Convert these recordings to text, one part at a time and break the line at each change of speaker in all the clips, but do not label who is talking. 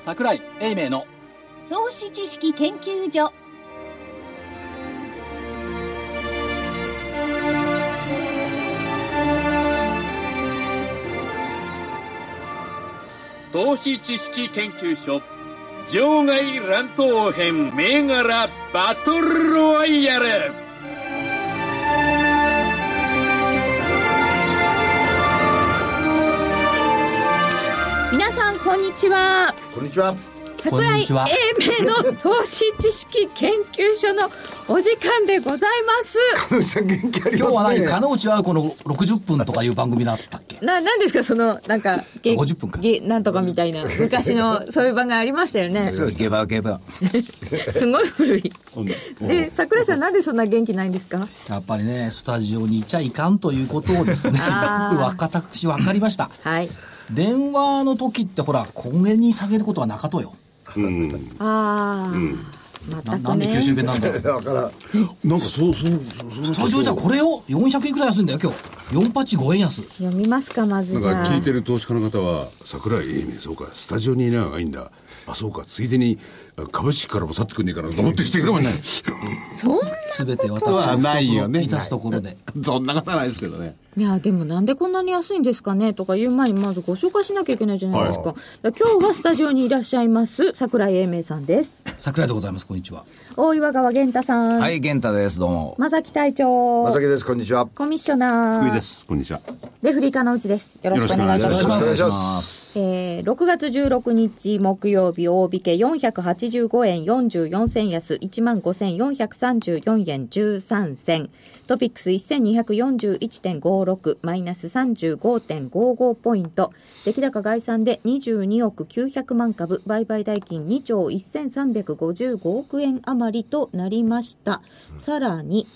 桜井英明の
投資知識研究所
投資知識研究所場外乱闘編銘柄バトルロワイヤル
皆さんこんにちは
こんにちは。
桜井英明の投資知識研究所のお時間でございます
野口さん元気あり
今日は
ます
何
ね。
金内はこの60分とかいう番組だったっけ
ななんですかそのなんかげ
50分か
げなんとかみたいな昔のそういう番がありましたよ ね
そうゲバゲバ。
すごい古いで桜井さんなんでそんな元気ないんですか
やっぱりねスタジオにいちゃいかんということをですね
あ ー
わかたくし分かりました
はい
電話の時ってほら小げに下げることはなかとよ
ああ、ま
な
た
な
く
んで
ね
九州弁なんだろう
だから
なんかそうそうそう
スタジオじゃこれを400円くらい安いんだよ今日485円安
読みますかまず
なん
じゃ
か
あ
聞いてる投資家の方は桜井英明そうかスタジオにいながらいいんだあそうかついでにあ株式からも去ってくんねえからと思ってきてるかもね
そん
全て私
は
の
ないよ
懐
ね
に立つところで
そんなことはないですけどね
いやでもなんでこんなに安いんですかねとか言う前にまずご紹介しなきゃいけないじゃないですか,、今日はスタジオにいらっしゃいます桜井英明さんです
桜井でございますこんにちは
大岩川源太さん、
はい、源太です、どうも。
正木隊長
まさきです。こんにちは。
コミッショナー
福井ですこんにちは
レフリー課のうちですよろしくお願いし
よ
ま
ろ
す
しくお願いし
お願いし
ま。
ます
えー6月16日木曜日大引け485円44銭安1万5434円13銭トピックス1241.56マイナス35.55ポイント出来高概算で22億900万株売買代金2兆1355億円余りとなりましたさらに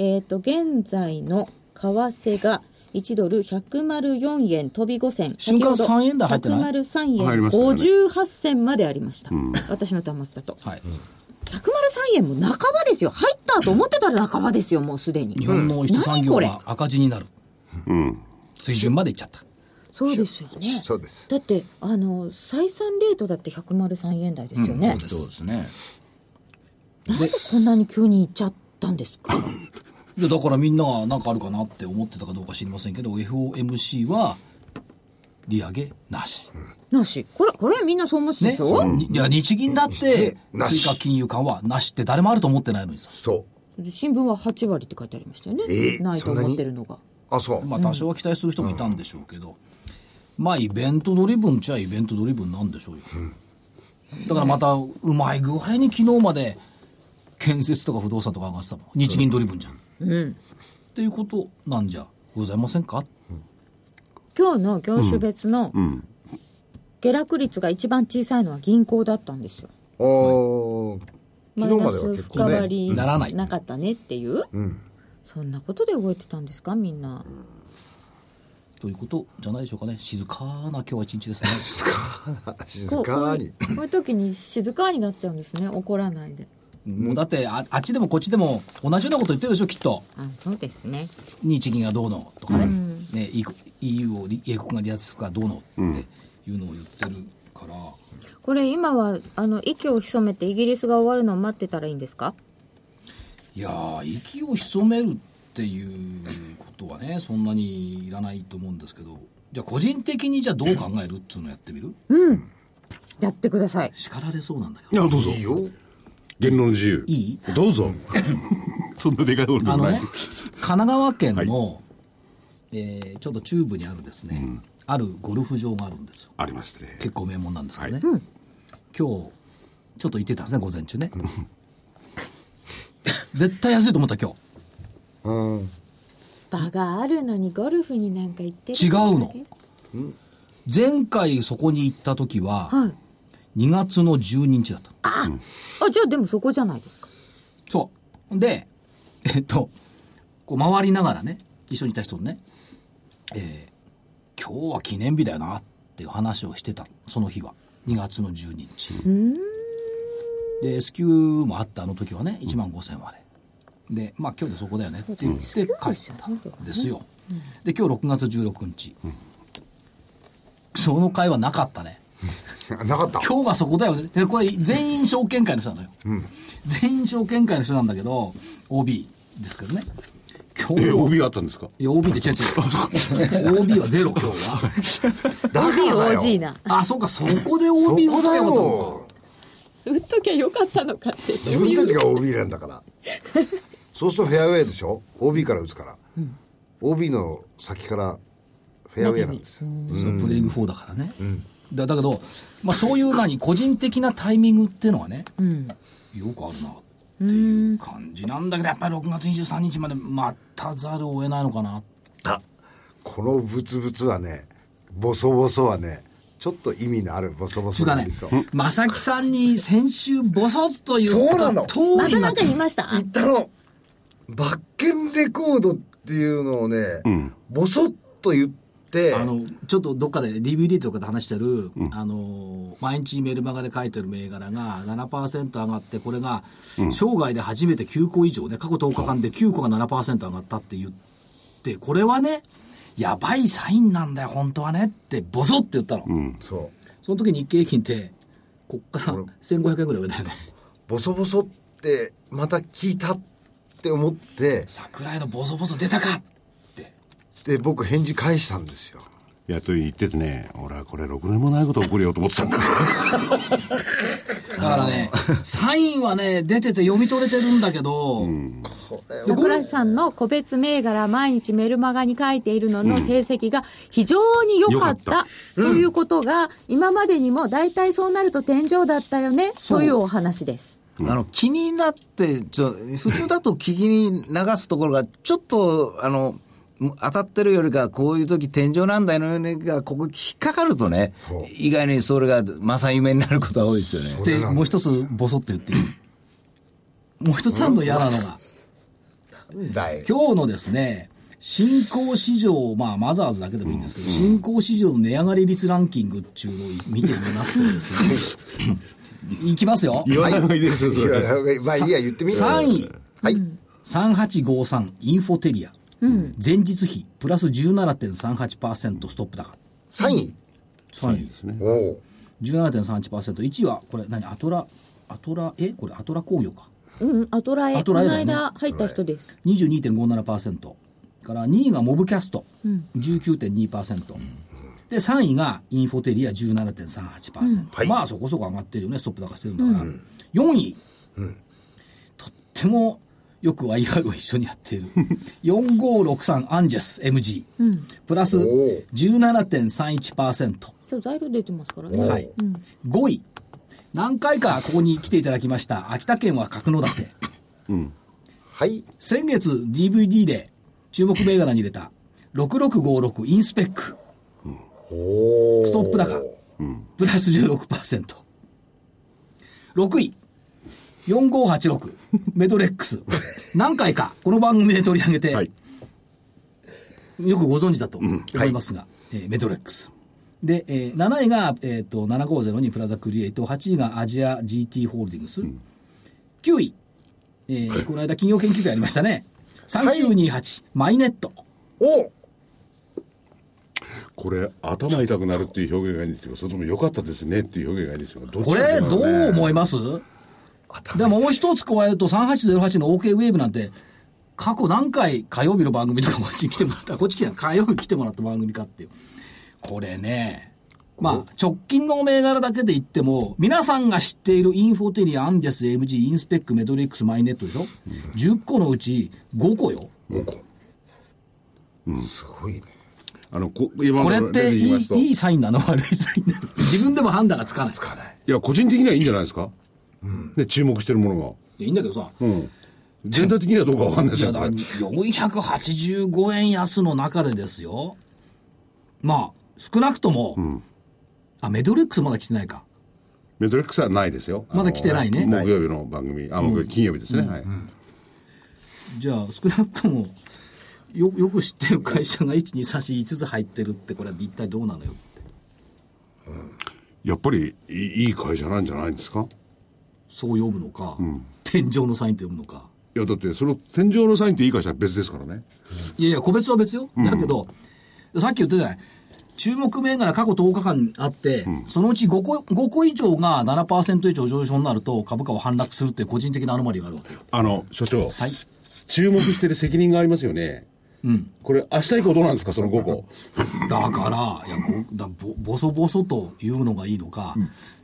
えっ、と、現在の為替が1ドル104円飛び5銭。
瞬間
先ほど
3円台入ってない
103円
入りましたよね
58銭までありました。私の端末だと。
はい
103円も半ばですよ。入ったと思ってたら半ばですよ、もうすでに。
日本の一産業
何こ
が赤字になる水準までいっちゃった
そうですよね。
そうです。
だって、あの、採算レートだって103円台ですよね。
そうですね。
なんでこんなに急に行っちゃったんですか
いやだからみんなが何かあるかなって思ってたかどうか知りませんけど FOMC は利上げなし、
なし。これ、これみんなそう思ってたで
ね
しょ、
にいや日銀だって
なし
追加金融緩和なしって誰もあると思ってないのにさ
そ
新聞は8割って書いてありましたよね。
えー
ないと
そんな
思
に
ってるのが。
う。あ、そう。
まあ多少は期待する人もいたんでしょうけど、まあイベントドリブンっちゃイベントドリブンなんでしょうよ、だからまたうまい具合に昨日まで建設とか不動産とか上がってたもん日銀ドリブンじゃん、っていうことなんじゃございませんか
今日の業種別の下落率が一番小さいのは銀行だったんですよ。
おー昨日までは結構
マイナス深
ね。
割り
ならない
なかったねっていう、そんなことで動いてたんですかみんな、
ということじゃないでしょうかね静かな今日は一日ですね
静
こうこ
か
う
に。
こういう時に静かになっちゃうんですね怒らないで
もうだってああっちでもこっちでも同じようなこと言ってるでしょきっと
あそうですね
日銀がどうのとかね,、ね EU を EU を英国が離脱するかどうのっていうのを言ってるから、
これ今はあの息を潜めてイギリスが終わるのを待ってたらいいんですか
いやー息を潜めるっていうことはねそんなにいらないと思うんですけどじゃあ個人的にじゃあどう考えるっつうのやってみる
やってください
叱られそうなんだけど
いやどうぞ言論の自由
いい
どう ぞそんなでかいことで
あ
も
の
ない、
ね、神奈川県の、えーちょっと中部にあるですね、あるゴルフ場があるんですよ。
ありましてね
結構名門なんですけどね、今日ちょっと行ってたんですね午前中ね 絶対安いと思った今
うん。
場があるのにゴルフになんか行って
日違うの前回そこに行った時は、
はい
2月の12日だった
あじゃあでもそこじゃないですか
そうでえっとこう回りながらね一緒にいた人にね、えー今日は記念日だよな」っていう話をしてたその日は2月の12日で S q もあったあの時はね1万5000まででまあ今日でそこだよねって言って帰ったんですよで今日6月16日、その会はなかったね
なかった。
今日がそこだよね。でこれ、全員証券会の人なのよ。全員証券会の人なんだけど、OB ですけどね。今
え
日は、
帯あったんですか
いや、OB って違う違 う。OB はゼロ、今日は。
だからだよ。
OG な。
あ、そうか、そこで OB を
そこ
使
だ
えばと
よ
思っ。
打っときゃよかったのかって。
自分たちが OB なんだから。そうするとフェアウェイでしょ ?OB から打つから。OB の先からフェアウェイなんですよ。
たそうプレイング4だからね。だだけど、まあ、そういう何、個人的なタイミングっていうのはね、よくあるなっていう感じなんだけど、やっぱり6月23日まで待たざるを得ないのかな。
あこのブツブツはね、ボソボソはね、ちょっと意味のあるボソボ
つ
ソ
うか
にな
ね
りそう。、
まさきさんに先週ボソッと言
そう
っ
な
た
の
通
ま
り
た
にな
な
っ
ん
ち
か
ゃう
言いました
言ったのバッケンレコードっていうのをね、ボソッと言って、
あのちょっとどっかで DVD とかで話してる、あの毎日メルマガで書いてる銘柄が7%上がってこれが生涯で初めて9個以上ね過去10日間で9個が7%上がったって言ってこれはねやばいサインなんだよ本当はねってボソって言ったの、
そう。
その時日経平均ってこっから1500円ぐらい上だよね
ボソボソってまた聞いたって思って、
桜井のボソボソ出たか
で、僕返事返したんですよ。
雇い行っててね、俺はこれ6年もないこと起こるよと思ってたんだ
だからねサインはね出てて読み取れてるんだけど、
桜井さんの個別銘柄毎日メルマガに書いているのの成績が非常に良かった,、
良かっ
ということが、今までにも大体そうなると天井だったよねというお話です。
あの、気になって、ちょ、普通だと聞きに流すところが、ちょっと、あの、当たってるよりか、こういう時天井なんだよね、が、ここ引っかかるとね、意外にそれが、正夢になることが多いですよね。
でもう一つボソって言っていいもう一つあるの嫌なのが、
だい。
今日のですね、新興市場、まあ、マザーズだけでもいいんですけど、新興市場の値上がり率ランキングっていうのを見てみますとです ね、いきますよ。
言わない方がいいですよ、そ
いや
れ。
まあいいや、言ってみろ
3位、
はい。
3853インフォテリア。前日比、プラス17.38%ストップ高。
3位
3位ですね。
おお。
17.38%。1位は、これ何アトラ、アトラ、えこれアトラ工業か。
うん、アトラエ、
アト
こ
ラエ
の
だよね
間入った人です。
22.57%から2位がモブキャスト、19.2%で3位がインフォテリア17.38%、まあそこそこ上がってるよねストップ高してるんだから、4位、とってもよく IR を一緒にやっている4563アンジェス MG、プラス17.31%、
今日材料出てますからね。
はい、5位何回かここに来ていただきました秋田県は角館
はい。
先月 DVD で注目銘柄に入れた6656インスペック
おお。
ストップ高プラス16%6 位4586メドレックス何回かこの番組で取り上げて、
はい
よくご存知だと思いますが、えーメドレックスで、えー7位が、えー、と750にプラザクリエイト8位がアジア GT ホールディングス、9位、えーこの間企業研究会ありましたね3928、マイネット
おお
これ、頭痛くなるっていう表現がいいんですよ。それとも良かったですねっていう表現がいいんですよ。どっち
こ
か
れ
だ
どう思いますでももう一つ加えると3808の OK ウェーブなんて過去何回火曜日の番組とかこっちに来てもらったこっち来て火曜日来てもらった番組かっていうこれねまあ直近の銘柄だけで言っても皆さんが知っているインフォテリアアンジェス MG インスペックメトリックスマイネットでしょ10個のうち5個よ
すごいね。
あの、こ今
これっ
の
て
例で
い
言いま
い
すと
いいサインなの悪いサインなの自分でも判断がつかない
いや、個人的にはいいんじゃないですか、ね、注目してるものが。
いやいいんだけどさ
うん。全体的にはどうかわかんないで
い
す
や
よ、
だ
こ
から
れ。
485円安の中でですよまあ少なくとも、あメドレックスまだ来てないか
メトリックスはないですよ。
まだ来てないね
あの木曜日の番組、あ、木曜日、金曜日ですね。はい。
じゃあ少なくともよよく知ってる会社が1235つ入ってるってこれは一体どうなのよって
やっぱりいいいい会社なんじゃないんですか
そう読むのか、天井のサインと読むのか
いや、だって、その天井のサインっていい会社は別ですからね。
いやいや個別は別よ、だけどさっき言ってたじゃない
注目銘柄過去10日間あって、そのうち5個、5個以上が7%以上上昇になると株価を反落するっていう個人的なアノマリーがあるわけよ。
あの所長、
はい
注目してる責任がありますよね、これ明日以降どうなんですかその5個
だから、いや、ごだぼ、ぼそぼそというのがいいのか、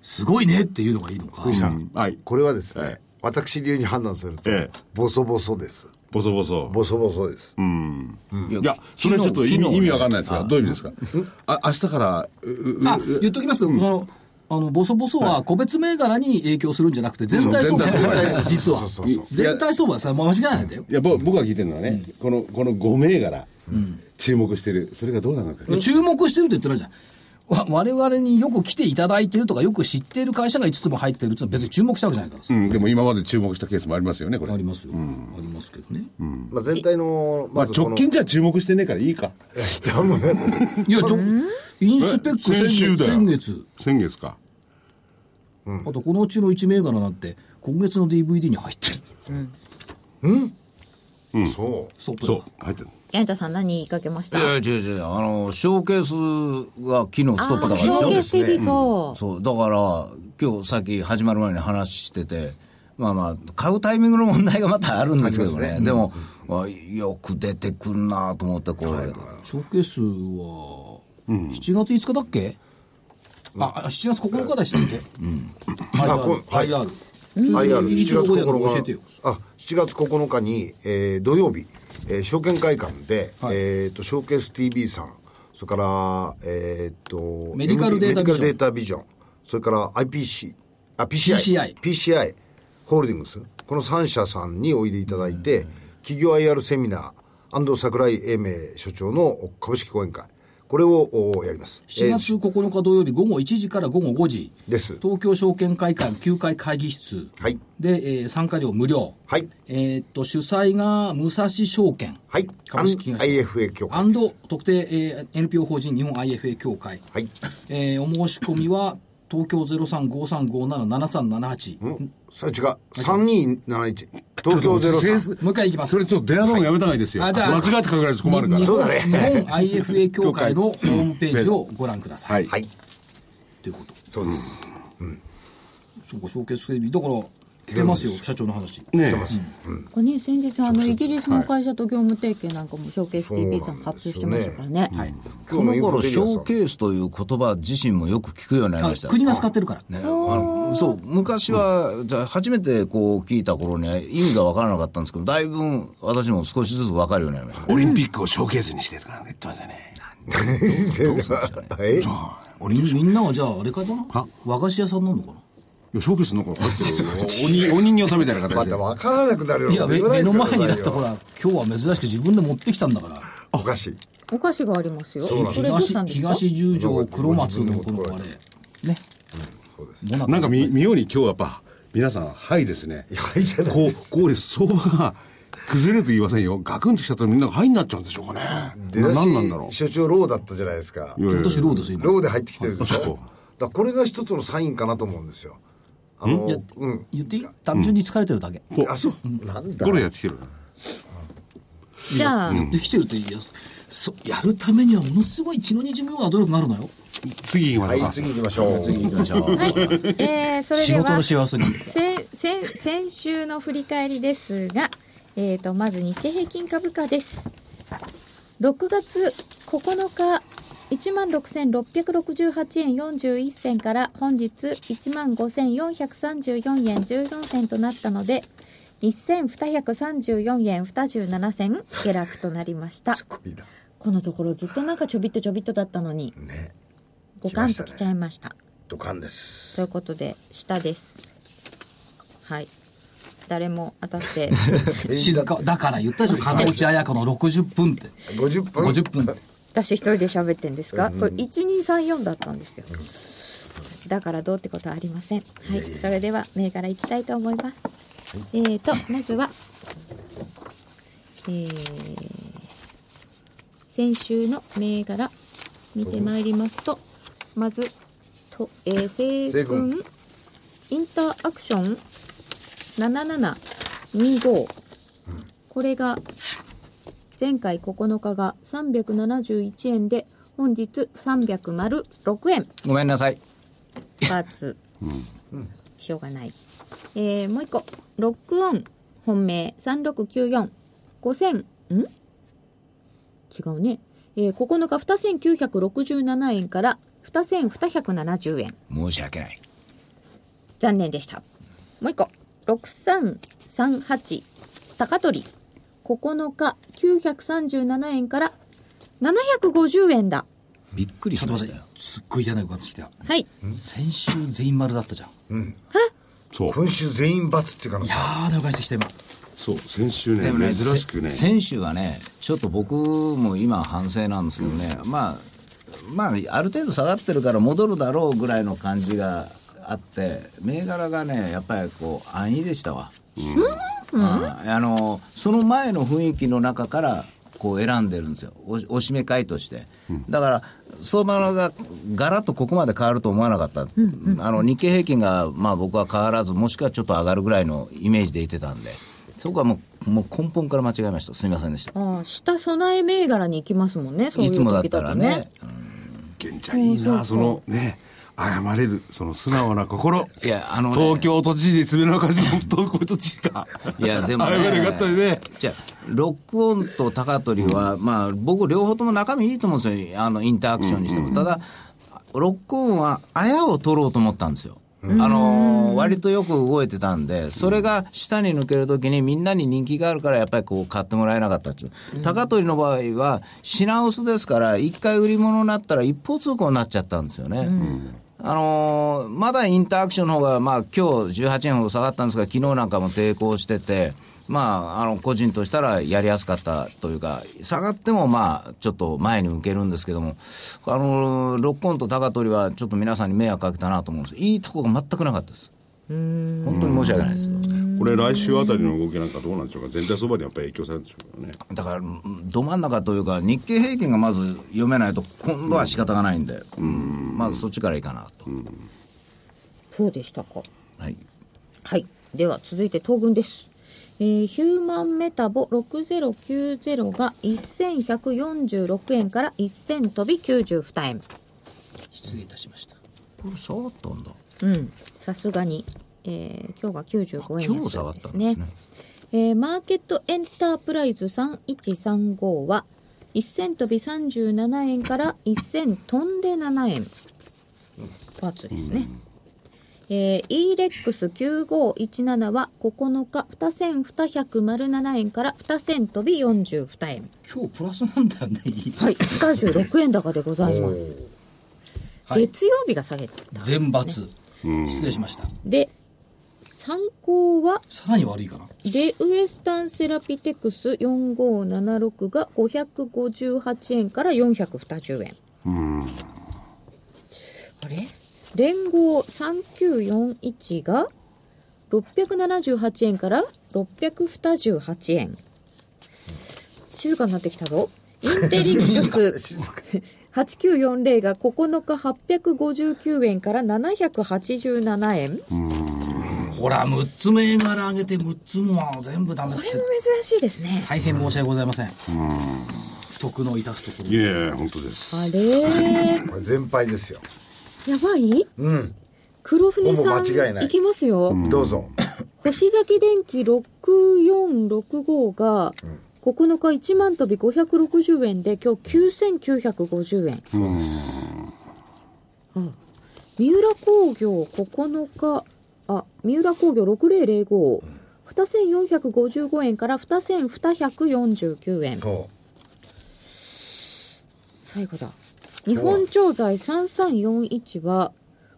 すごいねっていうのがいいのか。
さん
はい
これはですね、
はい
私流に判断すると、
ええ
ボソボソです
ボソボソ
ボソボソです、
いやそれはちょっと意味意味わかんないですがどういう意味ですかあ明日からうう
あ、言っときますよ、その、あの、ボソボソは個別銘柄に影響するんじゃなくて、全体相場
そう全体相場
実は
そうそうそう。
全体相場ですからもう間違いないんだよ。
いやぼ僕が聞いてるのはね、このこの5銘柄、注目してるそれがどうなのか、
注目してるって言ってるじゃん。わ我々によく来ていただいてるとか、よく知っている会社が5つも入ってるっていうのは別に注目したわけじゃないからさ。
うん、でも今まで注目したケースもありますよねこれ
ありますよ、ありますけどね。
まあ、全体の
まあ、
まずこの、
直近じゃ注目してねえからいいか
いや、ちょ、インスペック先月、先月、
先月か
あとこのうちの1銘柄なんて、今月の DVD に入ってる。
そ
そう
そう入ってる
柳田さん何言いかけました
いや違う違う、あの、ショーケースが昨日ストップだから
あー
でしょ
表現してるそう。
そう、だから、今日さっき始まる前に話してて、まあまあ、買うタイミングの問題がまたあるんですけどね、でも、あよく出てくんなと思って、こう、
ショーケースは、7月5日だっけ、ああ、7月9日でしたっけ、
あこん
?IR。
はい
IR。
う、
普
IR
通
7
に
月
一応ここでやるから教え
9
てよ
日。あ7月9日に、えー土曜日、えー証券会館で、
はい
えー、とショーケース TV さんそれから、えー、と
メディカルデータビジョン
メディカルデータビジョンそれから IPC あ PCI,
PCI
PCI ホールディングスこの3社さんにおいでいただいて企業 IR セミナー安藤桜井英明所長の株式講演会これをおやります
7月9日土曜日午後1時から午後5時。
です
東京証券会館9階会議室。
はい
で、えー参加料無料。
はい
えーっと、主催が武蔵証券。
はい
株式会社
IFA 協
ア
会
ンド特定、えー NPO 法人日本 IFA 協会。
はい
えーお申し込みは、東京0353577378。
それ違う3271東京ゼロ三
もう一回いきます
それちょっと電話番号やめた方がいいですよ、
はいあじゃあ
間違ってかけられて困るから
日
そう
本
だね
日本 IFA 協会のホームページをご覧ください。
は
は
い
い
ということ。
そうです
そうか、ショーケーステレビ。だから、聞けますよ、社長の話。
ね
なんかね、先日あのイギリスの会社と業務提携なんかもショーケース TV さん発表してましたからね。
この頃、ショー
ー
ケースという言葉自身もよく聞くようになり
あ
ました。
国が使ってるから。
ね、あのそう昔は、じゃあ初めてこう聞いた頃には意味が分からなかったんですけどだいぶん私も少しずつ分かるようになりま した
オリンピックをショーケースにしてとかなんか言ってましたね。
え
オリンピッ
みんなはじゃあ、あれかな和菓子屋さんなのか
いやショーケース なんか入ってるおにお人形さんみたい
ま
な形で
た分からなくなるよう
ない
な
や、
こと
め
言わな
目
いでくださ
の
いよ
前にあったほら、今日は珍しく自分で持ってきたんだから。
おかしい
お菓子がありますよ。これどうしたん
東、
ですか
東十条黒松のこのあれ。ね。もなか
なんかみ妙に今日はやっぱ皆さんはいですね
いやはいじゃない
こ
で
うここで相場が崩れると言いませんよガクンときちゃったらみんながはいになっちゃうんでしょうかね
出
な
だし
何なんだろう
所長ローだったじゃないですか
いやいや
私、ローですよ、今。
ローで入ってきてるでしょだからこれが一つのサインかなと思うんですよあのうん
言っていい単純に疲れてるだけ。
あそうなんだ
これやってきてる
じゃあ、
できてるといいやそやるためにはものすごい血のにじむような努力があるのよ
次行きま
は
し
い
ょうか
次行きましょう
行きましょう
はい。えー、それ
仕
で
事
は
の、幸せに
先、先、先週の振り返りですが、えーと、まず日経平均株価です。6月9日、16,668円41銭から本日15,434円14銭となったので、1,234円27銭下落となりました。
すごいな
このところずっとなんかちょびっとちょびっとだったのに、
ね
ごかんときちゃいました。
ドカンです
ということで下ですはい誰も当たって
静かだから言ったでしょ金内綾子の60分って
50分
50分
私一人で喋ってんですかこれ1234だったんですよだからどうってことはありませんはいそれでは銘柄いきたいと思いますえーとまずはえー先週の銘柄見てまいりますとまずと、えー、西軍インターアクション7725これが前回9日が371円で本日306円
ごめんなさい。
パーツ、しょうがない、えー、もう一個ロックオン本命3694 5000ん違うね、えー、9日2967円から2270円
申し訳ない。
残念でしたもう一個6338高取9日937円から750円だ
びっくり
ち
し
ょっと
まし
待ったて
よ。
すっごい嫌な予感してきた
はい
先週全員丸だったじゃん
そう
今週全員罰っていう可能
い
性
やーな予感してきた今
そう先週ね珍しくね
せ先週はね、ちょっと僕も今反省なんですけどね、まあ、まあ、ある程度下がってるから戻るだろうぐらいの感じがあって、銘柄がね、やっぱりこう、安易でしたわ。ああのその前の雰囲気の中からこう選んでるんですよ、おお締め会として。だから相場がガラッとここまで変わると思わなかった、あの日経平均がまあ僕は変わらず、もしくはちょっと上がるぐらいのイメージでいてたんで、そこはもうもう根本から間違えました、すみませんでした。
ああ下備え銘柄に行きますもんねそうい
いうつもだっ
時
た
だと
ら
ね
ね、
玄ちゃんいいなそのね謝れるその素直な心
いやあのね
東京都知事で爪の赤字の東京都知事が
いやでも
謝れなかったりね
じゃあロックオンと高取は、まあ、僕、両方とも中身いいと思うんですよ、あのインタアクションにしても、ただ、ロックオンは、あやを取ろうと思ったんですよ。あのー割とよく動いてたんで、それが下に抜けるときに、みんなに人気があるから、やっぱりこう買ってもらえなかったっていう、高取の場合は、品薄ですから、一回売り物になったら、一方通行になっちゃったんですよね。あのーまだインターアクションの方が、まあ、今日18円ほど下がったんですが、昨日なんかも抵抗してて、まあ、あの個人としたらやりやすかったというか、下がってもまあ、ちょっと前に受けるんですけども、あのーロッコンと高取はちょっと皆さんに迷惑かけたなと思うんですいいとこが全くなかったです。本当に申し訳ないです。
これ来週あたりの動きなんかどうなんでしょうか全体相場にやっぱり影響されるんでしょうかね
だから、うんど真ん中というか、日経平均がまず読めないと、今度は仕方がないんで、うんまずそっちからいいかなと。
そうでしたか
はい
はい。では、続いて東軍です。えーヒューマンメタボ6090が1146円から1000飛び92円。
失礼いたしました
これ下がったんだ。
うん。さすがに、えー今日が95円安ですね。
今日下がったんですね。
えーマーケットエンタープライズ3135は1000飛び37円から1000飛んで7円パーツですね、えー、EREX9517 は9日2207円から2000飛び42円
今日プラスなんだよね
はい96円高でございます、
はい
月曜日が下げてた
全罰失礼しました
で参考は
さらに悪いかな
で、ウエスタンセラピテクス4576が558円から420円。あれ連合3941が678円から628円。静かになってきたぞ。インテリックス8940が9日859円から787円。
ほら6つ銘柄上げて6つも全部ダメって
珍しいですね。
大変申し訳ございません不徳の致すところ
いやいや本当です
あれ
これ全敗ですよ
やばい
うん
黒船さん
ほぼ間違いない
行きますよ、
どうぞ
星崎電機6465が9日1万飛び560円で今日9950円、あ三浦工業9日あ三浦工業6005 2455円から2249円
ほ
最後だ日本調剤3341は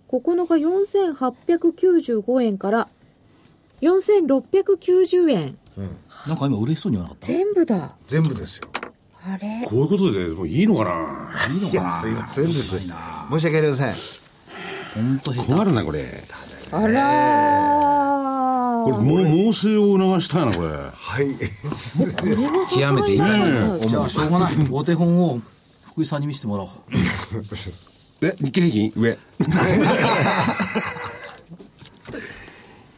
9日4895円から4690円
なんか今嬉しそうに言わなかっ
全部だ
う全部ですよ
あれ
こういうことでもういいのかな
たいいの
い
か
や
な
すいませんです
うるさ
申
い
し
な
訳ありません
ほんと下手
困るなこれ
あら
これもう猛省を促したいなこれ
はい
極めていい
じゃあしょうがないお手本を福井さんに見せてもらおう
え日経平均上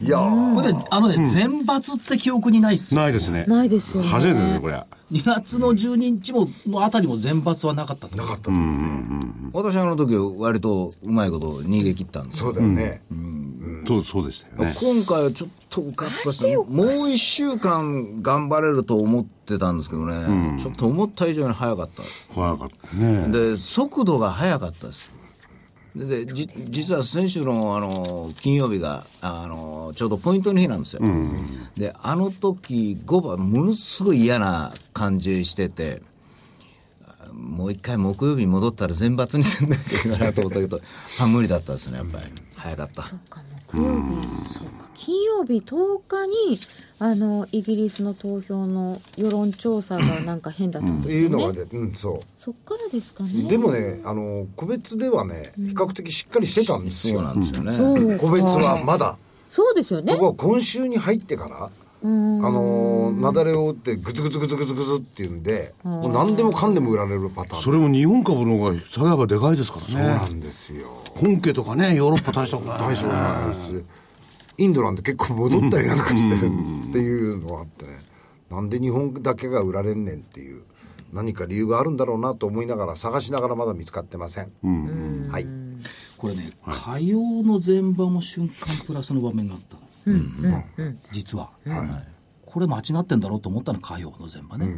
い やー
これで、あのね、全抜って記憶にないっすよ。
ないですね。
ないですよね
初めてですね、これは。
2月の12日も、のあたりも全抜はなかったと。なかった。
私あの時は割とうまいこと逃げ切ったんです
そうだよね。
そうそうでしたよね。
今回はちょっとうかっとしてもう1週間頑張れると思ってたんですけどね、ちょっと思った以上に早かった
怖かったね。
で速度が速かったですででじ実は先週のあの金曜日があのちょうどポイントの日なんですよ、であの時5番ものすごい嫌な感じしててあもう一回木曜日に戻ったら全抜にせんなきゃいけないなと思ったけ どあ無理だったですねやっぱり、早かった
そうか木曜日そうか金曜日10日にあのイギリスの投票の世論調査がなんか変だったん
って
です
い
よ
う
ね、
のがね、うん、そ
そっからですか
う。
ね
でもね、あの、個別ではね、比較的しっかりしてたんです
そう
よ。
なんですよね、
そうか
個別はまだ。
そうですよね
僕は今週に入ってから、あの、雪崩を打ってグツグツグツグツグツっていうんで、もう何でもかんでも売られるパターン。
それも日本株の方が、さらばでかいですから
な
ね。
んですよ。
本家とかね、ヨーロッパ大したことない
大
で
丈
す
夫
よね。
なんですインドなんて結構戻ったりなんかしてっていうのがあってねなんで日本だけが売られんねんっていう何か理由があるんだろうなと思いながら探しながらまだ見つかってません、はい
これね、火曜の前場も瞬間プラスの場面があったの。実は、はいこれ間違ってんだろうと思ったの火曜の前場ね、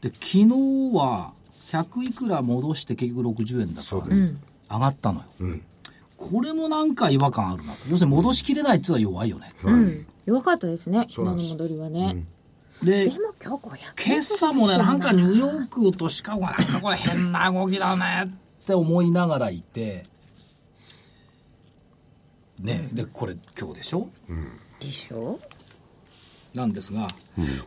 で昨日は100いくら戻して結局60円だから、上がったのよ、これもなんか違和感あるなと要するに戻しきれないっていうのは弱いよね、
うん弱かったですね
そうな
今
ん
の
です
戻りはね、
で
でも今日500
今朝もねなんかニューヨークとシカゴがなんかこれ変な動きだねって思いながらいてねでこれ今日でしょ
でしょ
なんですが、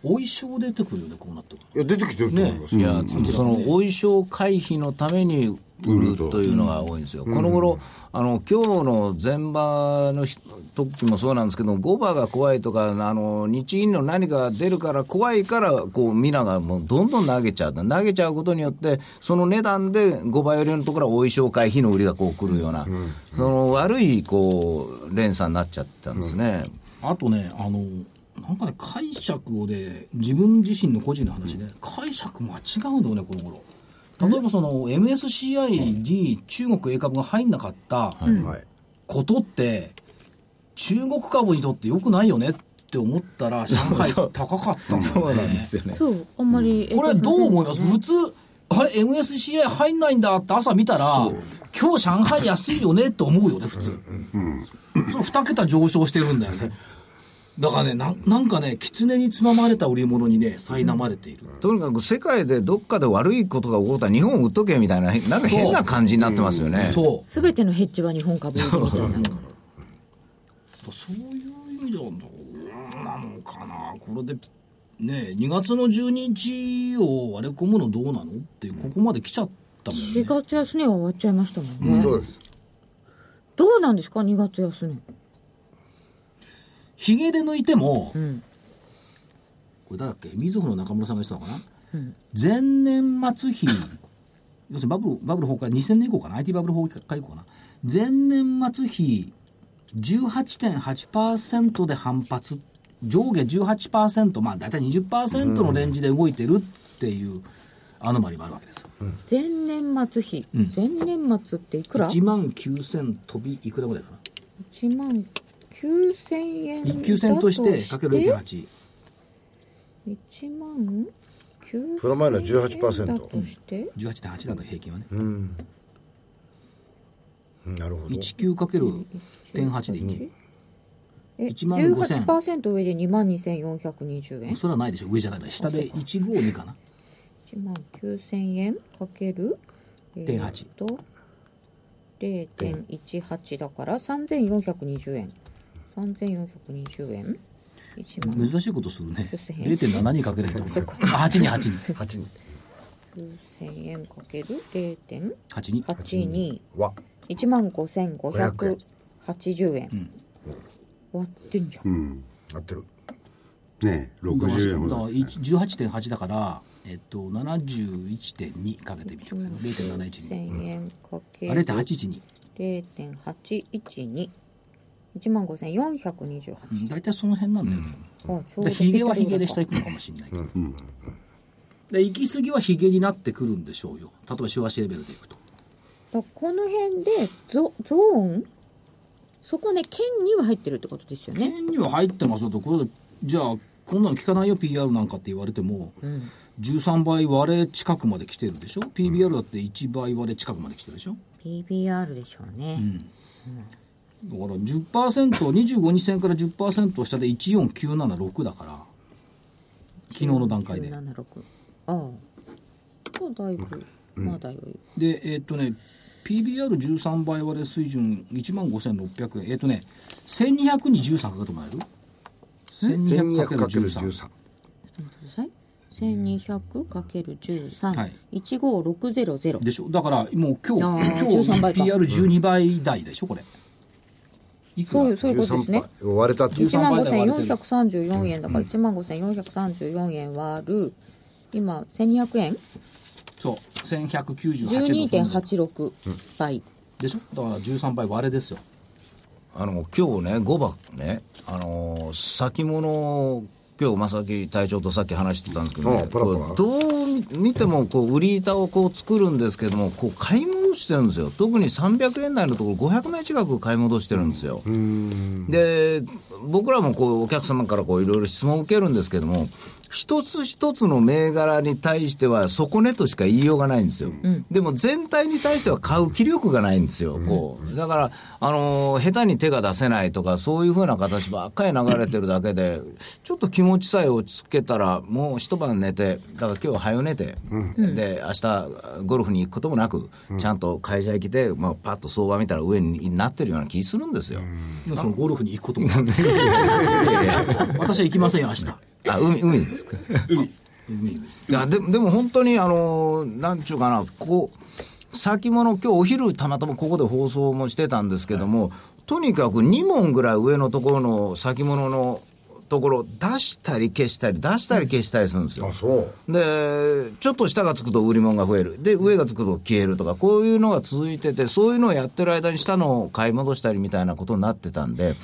お衣装出てくるよねこうなってくる
いや出てきてると思います、
いや、そのお衣装回避のために売るというのが多いんですよ、この頃あの今日の前場のひ時もそうなんですけど、5場が怖いとか、あの日銀の何かが出るから怖いから、こう皆がもうどんどん投げちゃう、投げちゃうことによって、その値段で5倍よりのところはお衣装回避の売りがこう来るような、その悪いこう連鎖になっちゃったんですね。
あとねあのなんかね解釈をで自分自身の個人の話で、解釈間違うんだよねこの頃例えばその MSCI に中国 A 株が入んなかった
はい
ことって中国株にとって良くないよねって思ったら上海高かったんだよね
よね
そうあんまり
これどう思いますす普通あれ MSCI 入んないんだって朝見たら今日上海安いよねって思うよね普通それ2桁上昇してるんだよねだからねなんなんかね狐につままれた売り物にね苛まれている
とにかく世界でどっかで悪いことが起こったら日本売っとけみたいな、なんか変な感じになってますよね。
そう
全てのヘッジは日本株みたいな
そういう意味ではどうなのかなこれでね2月の12日を割れ込むのどうなのっていうここまで来ちゃったもん
4月安値は終わっちゃいましたもんね、
そうです
どうなんですか2月安値
ヒゲで抜いても、これ誰だっけ水穂の中村さんが言ってたのかな、前年末比 要するにバブルバブル崩壊2000年以降かな IT バブル崩壊以降かな前年末比18.8%で反発上下18%まあ大体20%のレンジで動いてるっていうアノマリもあるわけですよ、
前年末比、前年末っていくら
1万9000飛びいくらぐらいかな
1万9000円
1 9 0としてかける0.8
1万9000
プラマイナ18%
だとして、
18.8だと平均はね、
なるほど
19かける0.8で1、
え
1万5000
18%上で2万2420円
それはないでしょ上じゃない下で152かな
1万9000円かける
0.8
えーと0.18だから3420円3420円1万
珍しいことするね
5000
0.7にかけると
そっか
8に8に
8人
9000円かける0.82
8に
は
1万5580円、割ってんじゃん、
合ってる
ね60円ほ
だから
ど。
18.8だからえっと71.2かけてみる0.712
1000円かけ
あ
る
0.812
0.812 1万5428、
うん大体その辺なんだよね、
あちょうど
でヒゲはヒゲで
ぴ
下
ったり
行くのかもしれないけど、で行き過ぎはヒゲになってくるんでしょうよ例えば週足レベルでいくと
だからこの辺でゾゾーンそこね県には入ってるってことですよね
変には入ってますよとこれじゃあこんなの聞かないよ PR なんかって言われても、13倍割れ近くまで来てるでしょ PBR だって1倍割れ近くまで来てるでしょ
PBR でしょうね、
だから 10%25 日線から10%下で14976だから昨日の段階で
976ああそうだいぶ、まだより
でえーっとね PBR13 倍割れ水準1万5600円えーっとね1200に13かけてもらえる 1200×13
は
1200×13
い 1200×13、
はい
15600
でしょだからもう今日
あ
今
ー
日
13倍か
PR12 倍台でしょこれいく
そ
ら
うそういうことですね
13割れたっていう
1
13
万
倍台割れてる
5434円だから1万5434円割る今1200円
そう1198円
12.86倍、
でしょだから13倍割れですよ
あの今日ね、5番ね、あのー先物、今日正木隊長とさっき話してたんですけど、
ああ
ね、
パラパラ
こうどう見てもこう売り板をこう作るんですけども、こう買い戻してるんですよ、特に300円台のところ、500枚近く買い戻してるんですよ。で、僕らもこうお客様からこういろいろ質問を受けるんですけども、一つ一つの銘柄に対しては底値としか言いようがないんですよ。でも全体に対しては買う気力がないんですよ、こう。だから、あのー下手に手が出せないとか、そういうふうな形ばっかり流れてるだけで、ちょっと気持ちさえ落ち着けたら、もう一晩寝て、だから今日早寝て、で、明日ゴルフに行くこともなく、ちゃんと会社へ来て、まあ、パッと相場見たら上になってるような気するんですよ。
そのゴルフに行くこと も私は行きませんよ明日
あ、海、海ですか。
海
いや、ででも本当に、あのーなんちゅうかな、こう、先物、今日お昼、たまたまここで放送もしてたんですけども、とにかく2問ぐらい上のところの先物のところ、出したり消したり、出したり消したりするんですよ。
あそう
で、ちょっと下がつくと売り物が増える。で、上がつくと消えるとか、こういうのが続いてて、そういうのをやってる間に下のを買い戻したりみたいなことになってたんで、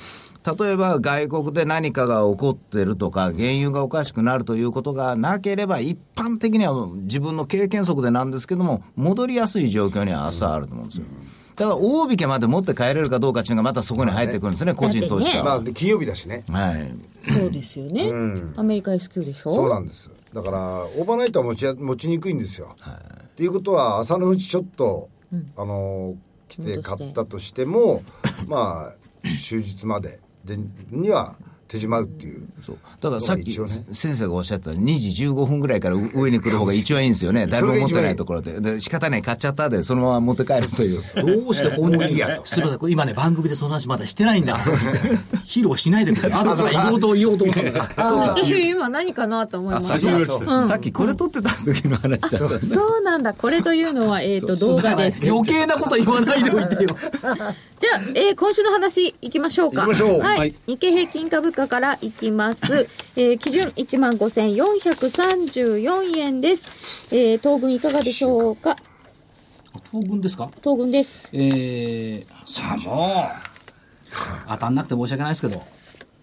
例えば外国で何かが起こってるとか、原油がおかしくなるということがなければ、一般的には自分の経験則でなんですけども、戻りやすい状況には朝あると思うんですよ。ただから大引けまで持って帰れるかどうかっていうのがまたそこに入ってくるんですね、個人投資家
ま
は
あ。で金曜日だしね
はい。
そうですよね、アメリカ S q でしょ
そうなんですだからオーバーナイトは持ちや持ちにくいんですよ、っていうことは朝のうちちょっと、あの来て
戻して
買ったとしてもまあ終日まででには手締まうっていう
そうだからさっき
一応ね
先生がおっしゃった2時15分ぐらいから上に来る方が一番いいんですよね、誰も持ってないところで、で仕方ない、買っちゃったで、そのまま持って帰るという、
どうして本人
もういいやと
すみません、これ今ね、番組でその話まだしてないんだ。披露しな いでくれ。あとから言おうと言おうと思ったんだから。
私今何かなと思いま
あ
し
先に言
た
われてた
さっきこれ撮ってた時の話だったんですね
そうなんだこれというのはえっ、と動画です
余計なこと言わないでおいて よ。
じゃあ、えー今週の話いきましょうか。
行きましょう
はい。
はい
日経平均株価からいきます。えー基準15,434円です。えー東軍いかがでしょうか
東軍ですか
東軍です。
えー、さあもう、当たんなくて申し訳ないですけど、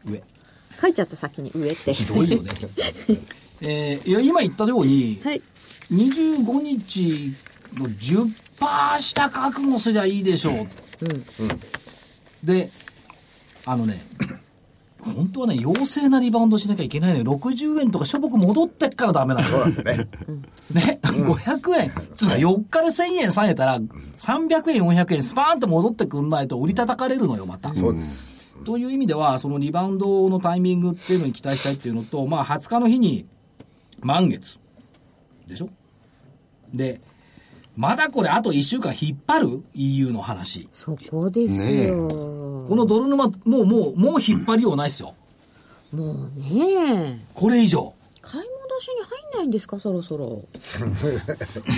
上。
書いちゃった先に上って。
ひどいよ ね。えー、いや、今言ったように、
はい。
25日の10%下覚悟すりゃいいでしょう、であのね 本当はね陽性なリバウンドしなきゃいけないのよ60円とかしょぼく戻ってっからダメなのよ
ね
ね、500円。つうか4日で1000円下げたら、300円、400円、スパーンと戻ってくんないと売り叩かれるのよ、また。そうです。という意味では、そのリバウンドのタイミングっていうのに期待したいっていうのと、まあ20日の日に、満月。でしょで、まだこれあと1週間引っ張る ?EU の話。
そこですよ。
このドル沼、もうもう、もう引っ張りようないですよ。
もうね
これ以上。
買い戻しに入んないんですかそろそろ。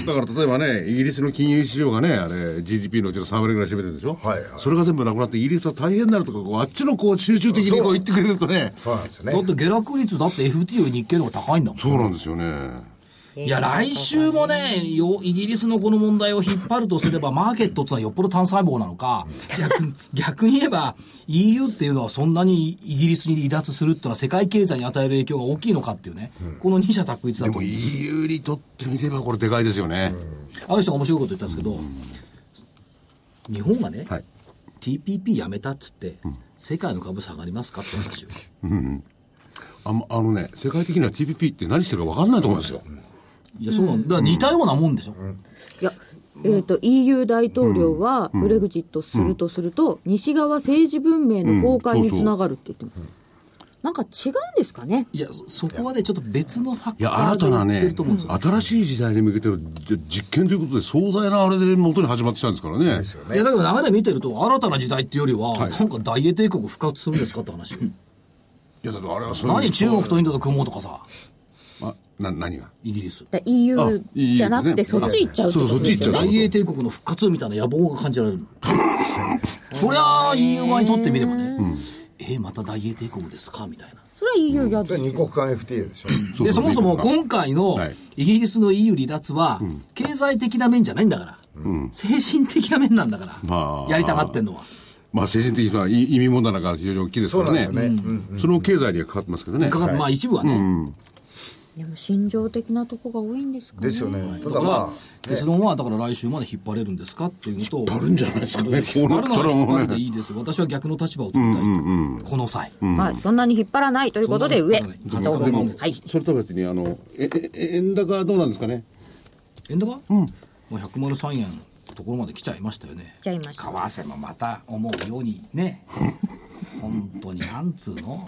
だから例えばね、イギリスの金融市場がね、あれ、GDP のうちの3割ぐらい占めてるでしょ、
はいはい
それが全部なくなって、イギリスは大変になるとか、こうあっちのこう集中的にこう言ってくれるとね、
そうなんですよ
だっ
ね
て下落率だって FT より日経の方が高いんだもん。
そうなんですよね、
いや、来週もね、よイギリスのこの問題を引っ張るとすれば、マーケットってのはよっぽど単細胞なのか、逆に逆に言えば、EU っていうのはそんなにイギリスに離脱するっていうのは、世界経済に与える影響が大きいのかっていうね、この二者択一だ
で
と
も EU にとってみればこれでかいですよね、
あの人が面白いこと言ったんですけど、日本がね、
はい
TPP やめたっつって、世界の株下がりますかって 話を。
あんあのね世界的には TPP って何してるか分かんないと思うんですよ、
いや、そうなんだ。から似たようなもんでしょ。
いや、えー、と EU 大統領はブレグジットするとすると、西側政治文明の崩壊につながるって言ってます、なんか違うんですかね
いや、そそこはね、ちょっと別のファ
い
クタ
や新た
ーで
な
言って
ね
ると思うんですよ。
新しい時代に向けてのじ実験ということで壮大なあれで元に始まってきたんですからね
いやだけど流れ見てると新たな時代っていうよりは、なんか大英帝国復活するんですかって話よ
いやだからあれはそういう
何中国とインドと組もうとかさ
あな何が
イギリス
だ
あ
EU
いい
じゃなくて
ね
そっち行っちゃうって
そ
こ
うそ
と
っ
で
ち行っ
す
ちゃ
よ
う
ね
大英帝国の復活みたいな野望が感じら れるそりゃあ EU 側にとってみればね、えーまた大英帝国ですかみたいな
それは EU や
それ二国間 FTA でしょ
う
でそもそも
そういう
今回の
はい
イギリスの EU 離脱は、経済的な面じゃないんだから、精神的な面なんだから、
まあ
やりたがってんのは
まあ精神的な意意味問題なんか非常に大きいです
そ
か
うな
ら
んです
ね
よね、うん
その経済にはかかってますけどね
かかるまあ一部はね、
でも心情的なとこが多いんですかね
ですよねた
だ
だ
から、
ま
結論はだから来週まで引っ張れるんですかっていうのと引っ
張るんじゃないですかね
張
こ
る
うなったらもうね
のは引っ張るでいいです私は逆の立場を取りたい、この際、
はい、そんなに引っ張らないということで上
そんなに引っ張らな
ど
い
う
で
も
も
はい
それと別にあのええ円高はどうなんですかね
円高、もう103円のところまで来ちゃいましたよね
ちゃいました
為替もまた思うようにね本当になんつうの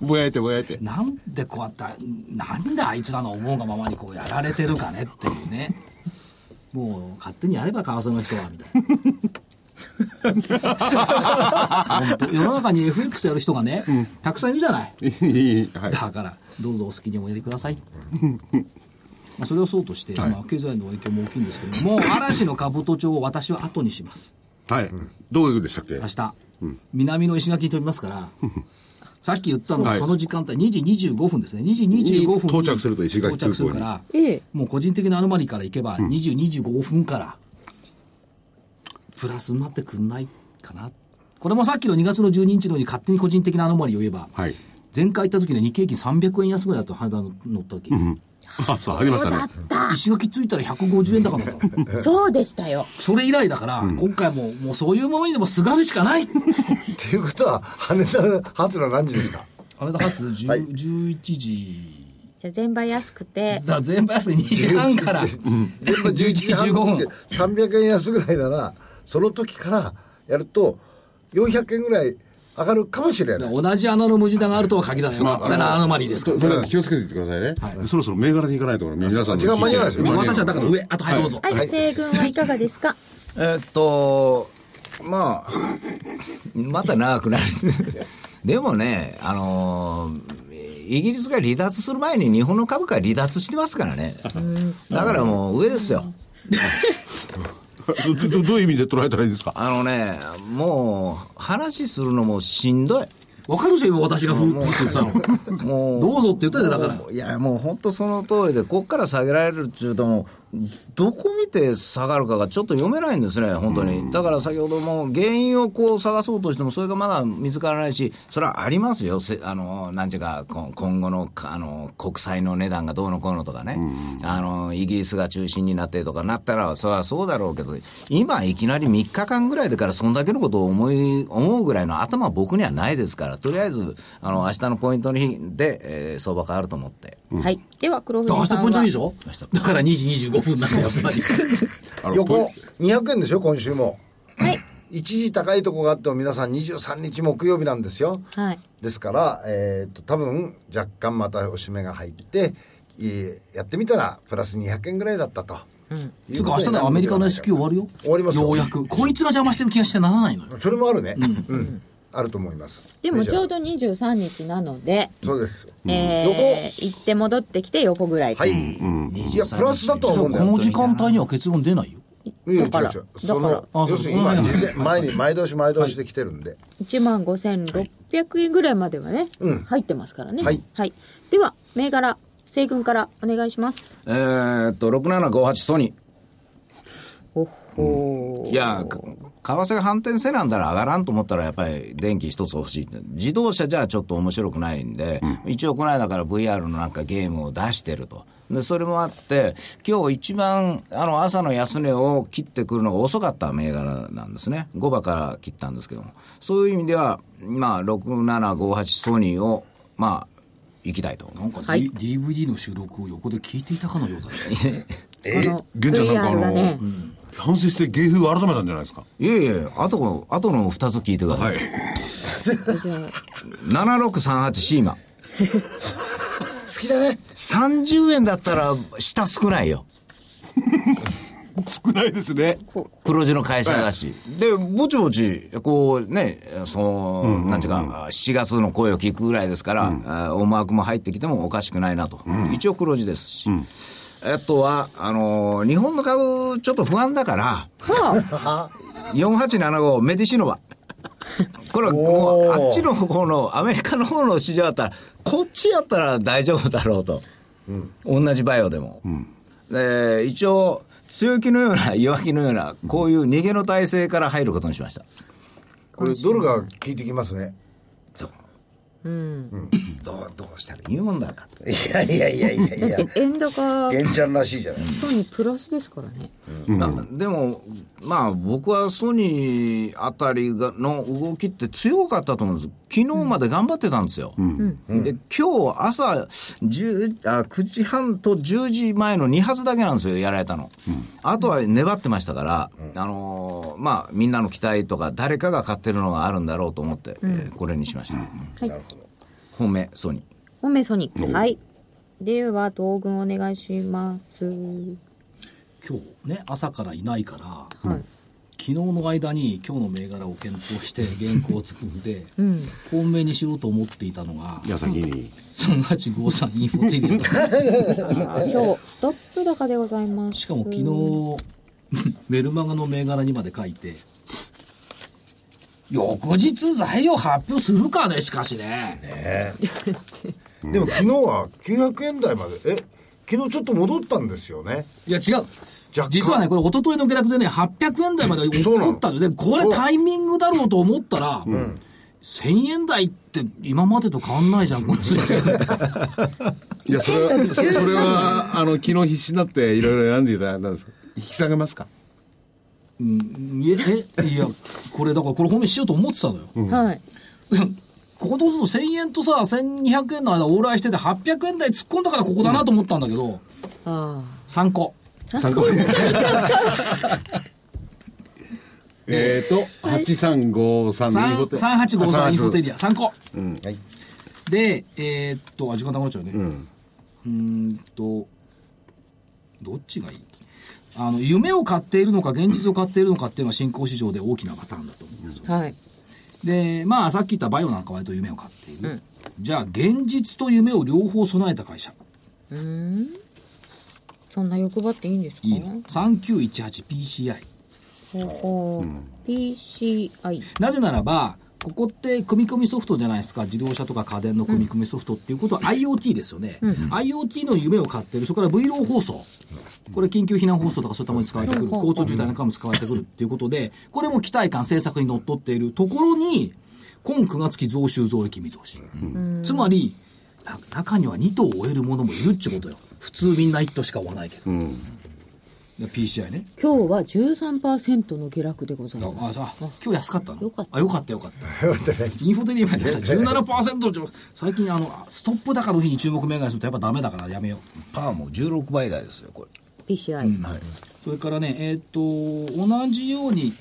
ぼやいてぼやい て
なんでこうやってなんであいつらの思うがままにこうやられてるかねっていうねもう勝手にやれば為替の人はみたいな本当世の中に FX やる人がね、たくさんいるじゃない
いいいいはい
だからどうぞお好きにおやりくださいまあそれをそうとして、
はい
まあ、経済の影響も大きいんですけどもう嵐の兜町を私は後にします
はいどういうでしたっけ
明日、南の石垣に飛びますから さっき言ったのは
はい
その時間帯2時25分ですね2時25分に
到着すると石垣空港に
到着するから、
ええ
もう個人的なアノマリから行けば2時25分からプラスになってくんないかなこれもさっきの2月の12日のように勝手に個人的なアノマリを言えば、
はい
前回行った時の日経平均300円安ぐらいだと羽田の乗った時、
あそうありましたね
石垣ついたら150 円高だったの
そうでしたよ
それ以来だから、今回ももうそういうものにでもすがるしかない
っていうことは羽田発の何時ですか
羽田発10 11時
じゃあ全場安くて
だから全部安い2時半から
11
11時
時半
15分
300円安ぐらいならその時からやると400円ぐらい上がるかもしれない
同じ穴の無地があるとは限らないよかったなアノマリーですか
と
ら
とりあえず気をつけていってくださいね、そろそろ銘柄でいかないところ皆さんの
時間間に合わないですよ
で
ね
も私はだから上あとはいどうぞ、
はい西軍はいかがですか
えーっと、まあ、また長 くなる。でもね、あのーイギリスが離脱する前に日本の株価は離脱してますからね。だからもう上ですよ。
どど どういう意味で捉えたらいいんですか
あのね、もう、話するのもしんどい。
わかるでしょ今私がふーって言ってたの
もう。
どうぞって言ったじゃんだから
もういや、もう本当その通りで、こっから下げられるっていうともう、どこ見て下がるかがちょっと読めないんですね、本当に。だから先ほども、原因をこう探そうとしても、それがまだ見つからないし、それはありますよ、せあの、なんていうか、こ今後の、かあの、国債の値段がどうのこうのとかね、あの、イギリスが中心になってとかなったら、それはそうだろうけど、今いきなり3日間ぐらいでから、そんだけのことを思い、思うぐらいの頭は僕にはないですから、とりあえず、あの、明日のポイントの日で、えー相場変わると思って。
はいでは黒
明
船
日
さん
ポイントいいで
は
しょだから2時25分なんだよやっぱり
あのポイ
横200円でしょ今週も
はい
一時高いとこがあっても皆さん23日木曜日なんですよ
はい
ですから、えー、と多分若干またおしめが入って、えーやってみたらプラス200円ぐらいだったと。
つうか明日でアメリカの S q 終わるよ
終わりますよ
ようやくこいつが邪魔してる気がしてならないのよ
それもあるね、うんあると思います
でもちょう
ど
ど23日なので、
そうです、
えー、行って戻ってきて横ぐらい、
横はい、いやプラスだとは思うんだ
こ
よ
の時間帯には結論出ないよ
いや違
だ
う
から
違うそ
だ
の
か
あそう
要するに今
うん
実践前に毎年毎年で来てるんで、
1万5600円ぐらいまではね、入ってますからね、
はい
はい、では銘柄西軍からお願いします。
えーっと、6758ソニー。
ほほー
いや、か為替が反転せなんだら上がらんと思ったら、やっぱり電気一つ欲しい。自動車じゃちょっと面白くないんで、一応この間から VR のなんかゲームを出してると。で、それもあって、今日一番、あの、朝の安値を切ってくるのが遅かった銘柄なんですね。5番から切ったんですけども。そういう意味では、まあ、6758ソニーを、まあ、行きたいと。
なんか、D
はい
DVD の収録を横で聞いていたかのようだね
え
あの
玄ちゃんなんかあ
VR が
の、
ね
反省して芸風を改めたんじゃないですか
いえいえ、あと、あとの2つ聞いてくださ。
はいい
じゃあ
7638シーマ。
好きだね
30円だったら下少ない よ
少ないですね
黒字の会社だし、でぼちぼちこうねその、なんていうか7月の声を聞くぐらいですから、あ思惑も入ってきてもおかしくないなと、一応黒字ですし、あとはあのー日本の株ちょっと不安だから4875メディシノバこれはもうあっちの方のアメリカの方の市場だったらこっちやったら大丈夫だろうと、同じバイオでも、で一応強気のような弱気のようなこういう逃げの体制から入ることにしました、
これドルが効いてきますね
そううん、どうどうしたらいいもんだか
いやいやいやいやい
だって円高
玄ちゃんらしいじゃない
ソニープラスですからね
まあでも、まあ、僕はソニーあたりがの動きって強かったと思うんです、昨日まで頑張ってたんですよ、で今日朝10あ9時半と10時前の2発だけなんですよ、やられたの、あとは粘ってましたから、あのーまあ、みんなの期待とか、誰かが買ってるのがあるんだろうと思って、えーこれにしました、
はい。
本命、ソニー。
本命ソニー。はい。では、東軍お願いします。
今日ね朝からいないから、
はい
昨日の間に今日の銘柄を検討して原稿を作って、本命にしようと思っていたのが
矢先に
3853インフォティリア
今日、ストップ高でございます。
しかも昨日メルマガの銘柄にまで書いて翌日材料発表するかねしかしね
でも昨日は900円台までえ昨日ちょっと戻ったんですよね
いや違う
若干
実はねこれ一昨日の下落でね800円台まで
えそうな
怒
の
ったのでこれタイミングだろうと思ったら、1000円台って今までと変わんないじゃんこの数字
いやそれはそれはあの昨日必死になっていろいろ選んでいただいたんです引き下げますか
いええいやこれだからこれ本命しようと思ってたのよ、
はい。
こことすると1000円とさ1200円の間往来してて800円台突っ込んだからここだなと思ったんだけど、
あ
参考
参 考にえっと8353のインフォテ
3853インフォテ
リ
リア参考
はい
でえーっとあ時間なくなっちゃうねうんーんとどっちがいいあの夢を買っているのか現実を買っているのかっていうのは新興市場で大きなパターンだと思います、
はい
でまあさっき言ったバイオなんかは割と夢を買っている、じゃあ現実と夢を両方備えた会社
そんな欲張っていいんですか
いいの 3918PCI
ほほー PCI。
なぜならばここって組み込みソフトじゃないですか自動車とか家電の組み込みソフトっていうことは IoT ですよね、IoT の夢を買ってるそれから VLO 放送これ緊急避難放送とかそういうために使われてくる、交通渋滞なんかも使われてくるっていうことでこれも期待感政策にのっとっているところに今9月期増収増益見通し、つまりな中には2頭を終える者もいるっちゅうことよ普通みんな1頭しか追わないけど、で PCI ね
今日は13%の下落でございます
ああ今日安かったの
よかった
あよかったよかったインフォテリアでさ17%ちょ最近あのストップ高の日に注目銘柄にするとやっぱダメだからやめよう
パワーも16倍台ですよ、これ。
PCI、
それからねえっ、と同じように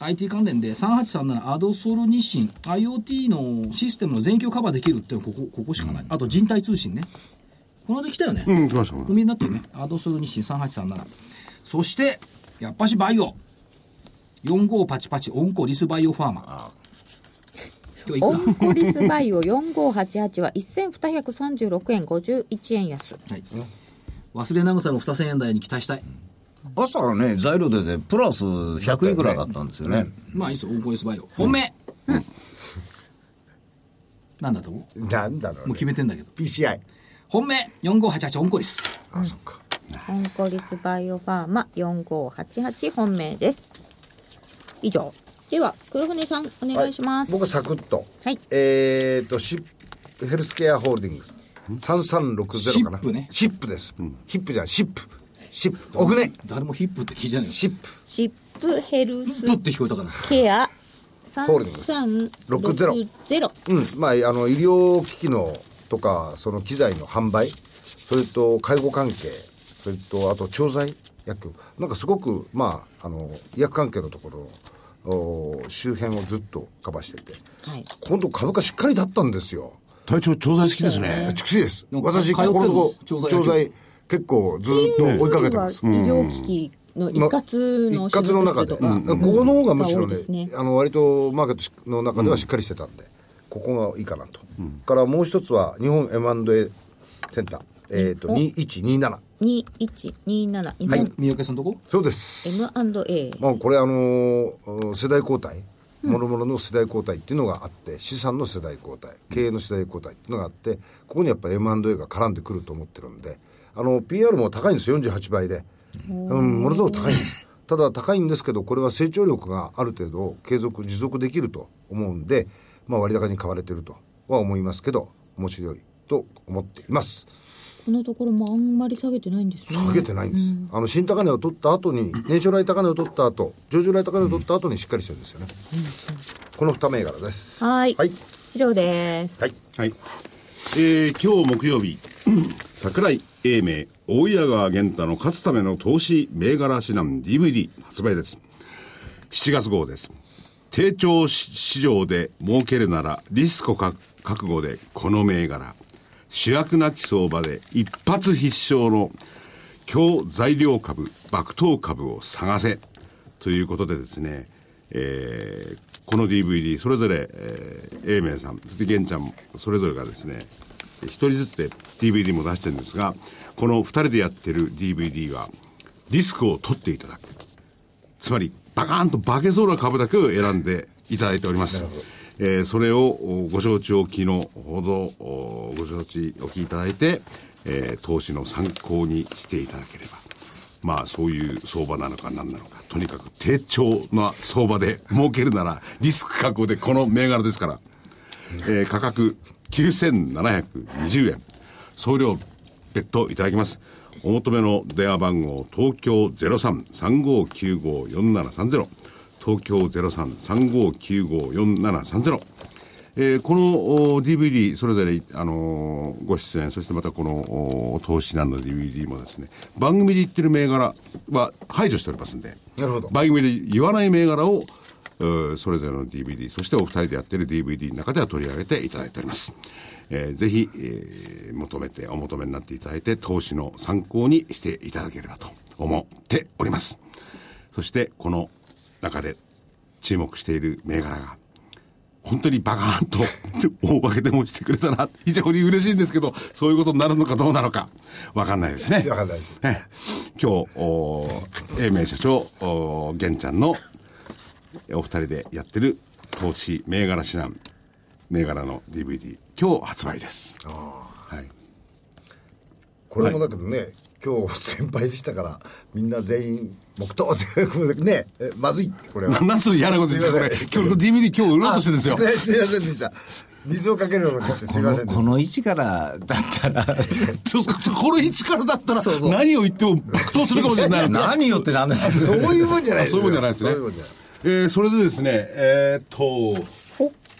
IT 関連で3837アドソル日清 IoT のシステムの全域をカバーできるっていうのはここここしかない、あと人体通信ねこの間来たよね、
うん来ましたね
海になってるねアドソル日清3837そしてやっぱしバイオ4588オンコリスバイオファーマ今日いく
オ
ら
ンコリスバイオ4588は1236円51円安。
はい、忘れなぐさの2000円台に期待したい、
朝はね、材料出て、プラス100いくらだったんですよね。
まあいいっすよオンコリスバイオ本命、なんだと思う
なんだろう、
もう
ね、
決めてんだけど
PCI
本本命4588オンコリス
あそっか
オンコリスバイオファーマ4588本命です。以上。では、黒船さん、お願いします。
僕はサクッと、
はい
えっ、とシップヘルスケアホールディングス3360かな
シップね
シップです、ヒップじゃないシップシップお船
誰もヒップって聞いてないよヒ
シップ
シップヘルス
ップって聞こえたから
ケア
ホールディングス
3360。
うんまあ、あの医療機器のとかその機材の販売それと介護関係それとあと調剤薬局なんかすごく、まあ、あの医薬関係のところお周辺をずっとカバーしてて
はい。
今度株価しっかりだったんですよ
体調調剤好きですね。
畜生です
なんか
私
通って
こ
んの
このと
調
こ
剤
調剤結構ずっと追いかけてます
医療機器の一括の
一括の中で、
手術室とか
ここの方がむし
が多い
ろね
ですね
あの割とマーケットの中ではしっかりしてたんで、ここがいいかなと、からもう一つは日本 M&A センター、えっと2127
2127日本
三宅さんとこ
そうです、
M&A。
まあ、これあのー世代交代もろもろの世代交代っていうのがあって資産の世代交代経営の世代交代っていうのがあってここにやっぱ M&A が絡んでくると思ってるんであの PR も高いんですよ48倍で、うん、ものすごく高いんですただ高いんですけどこれは成長力がある程度継続持続できると思うんで、まあ、割高に買われてるとは思いますけど面白いと思っています
このところもあんまり下げてないんですね
下げてないんです、あの新高値を取った 後に年初来高値を取った後上場来高値を取った後にしっかりしてるんですよね、この2銘柄です
はい
はい
以上です。
はい
はい。えー今日木曜日、桜井英明、大谷川源太の勝つための投資銘柄指南 DVD 発売です。7月号です。低調市場で儲けるならリスクか覚悟でこの銘柄。主役なき相場で一発必勝の強材料株、爆投株を探せ。ということでですね、えーこの DVD、それぞれ、えー、英明さん、そして玄ちゃん、それぞれがですね、一人ずつで DVD も出してるんですが、この二人でやってる DVD は、リスクを取っていただく。つまり、バカーンと化けそうな株だけを選んでいただいております。えーそれをおご承知おきのほど、おご承知おきいただいて、えー投資の参考にしていただければ。まあ、そういう相場なのか何なのか。とにかく、低調な相場で儲けるなら、リスク確保でこの銘柄ですから。えー価格9720円。送料別途いただきます。お求めの電話番号、東京03-3595-4730。東京03-3595-4730。えーこのお DVD、それぞれ、あのーご出演、そしてまたこのお投資などの DVD もですね、番組で言ってる銘柄は排除しておりますんで、
なるほど
番組で言わない銘柄を、えーそれぞれの DVD、そしてお二人でやってる DVD の中では取り上げていただいております。えーぜひ、えー求めて、お求めになっていただいて、投資の参考にしていただければと思っております。そして、この中で注目している銘柄が、本当にバカーンと大化けでもしてくれたら非常に嬉しいんですけど、そういうことになるのかどうなのか、わかんないですね。
わかんないです
ええ今日、おー英明社長、おー玄ちゃんのお二人でやってる投資銘柄指南、銘柄の DVD、今日発売です。はい。
これもだけどね、今日先輩でしたからみんな全員黙祷ってねえまずいこれは
ななんつう嫌なこと言ってたこ
すい
れ、
ません
今日の DVD 今日売ろうとしてるんですよ。
あすいませんでした水をかけるのがちょっとすいませんで
こ
し
の位置からだったら、
そうそうこの位置からだったら
そうそう
何を言っても爆投するかもしれない。
何よってなんです
たそういうもんじゃない
あ
ですよ
そういうもんじゃないですね
そううもんじゃない。
えーそれでですね、えーっと、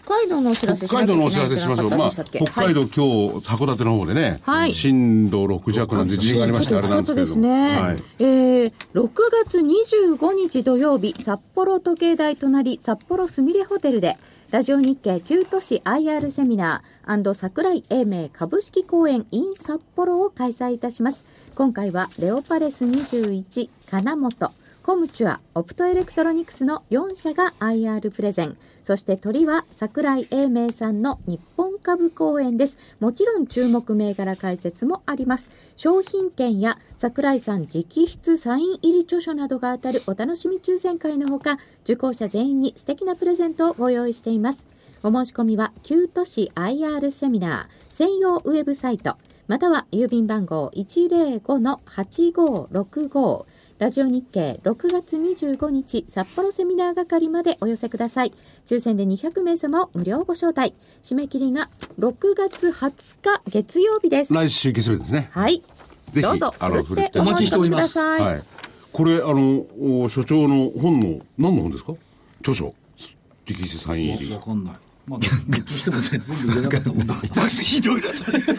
北海道のお知らせ
北海道のお知らせしましょう。まあ、北海道、今日、函館の方でね、
はい
震度6弱なんで地震がありまして、あれなんですけれども。
ね
い。
えー、6月25日土曜日、札幌時計台隣札幌すみれホテルで、ラジオ日経9都市 IR セミナー桜井英明株式公演 in 札幌を開催いたします。今回はレオパレス21、金本、コムチュア、オプトエレクトロニクスの4社が IR プレゼン。そして鳥は桜井英明さんの日本株公演です。もちろん注目銘柄解説もあります。商品券や桜井さん直筆サイン入り著書などが当たるお楽しみ抽選会のほか、受講者全員に素敵なプレゼントをご用意しています。お申し込みは、旧都市 IR セミナー専用ウェブサイト、または郵便番号105-8565ラジオ日経6月25日札幌セミナー係までお寄せください。抽選で200名様を無料ご招待。締め切りが6月20日月曜日です。
来週月曜日ですね。
はい。
ぜひ
どうぞ、
あ
ふ
の
るって
お
お
待
待
ち
ち
し
してて
お
お
り
り
ま
ますす。
はい。これ、あの、お所長の本の、何の本ですか著書。直筆サイン入り
わ。かんない。 まあ、どうしてもね、全部売れなかったもんだから。
ひどいな、それ。
そ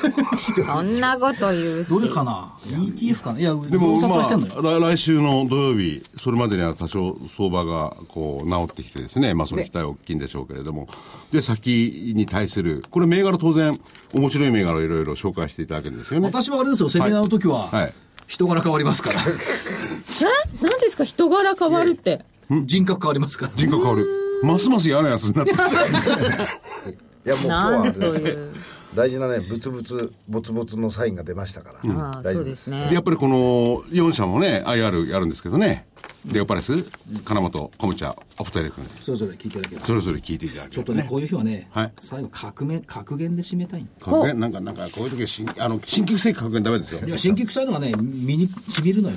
んなこと言うし
どれかな ?ETF かないや、
で
で
も、ま
も、ましてんのよ。
あ、来来週の土曜日、それまでには多少相場がこう治ってきてですね、まあその期待は大きいんでしょうけれども、で、先に対する、これ銘柄当然、面白い銘柄をいろいろ紹介していただけるんですよね。
私はあれですよ、セミナーの時は、
はい
人柄変わりますから。
え何ですか人柄変わるって
人格変わりますから。
人格変わる。ますます嫌なやつになってきた。
いやもう今日は
な
あれ
ん
で
と
す
い
ね
う
大事なねブツブツボツボツのサインが出ましたから、
ああそ
大丈
う
夫で
ですすね
で、やっぱりこの4社もね、IR やるんですけどね、デオパレス、金本、コムチャ、お二人で組んで
それぞれ聞いていただければ。
それぞれ聞いていただけ
ちょ
る
っとね、こういう日はね、
はい
最後、革命、格言で締めたいんだ
これねなんか、なんか、こういう時はしん、あの、新規不正確認ダメですよ
い。や、新規臭いのがね、身に染みるのよ。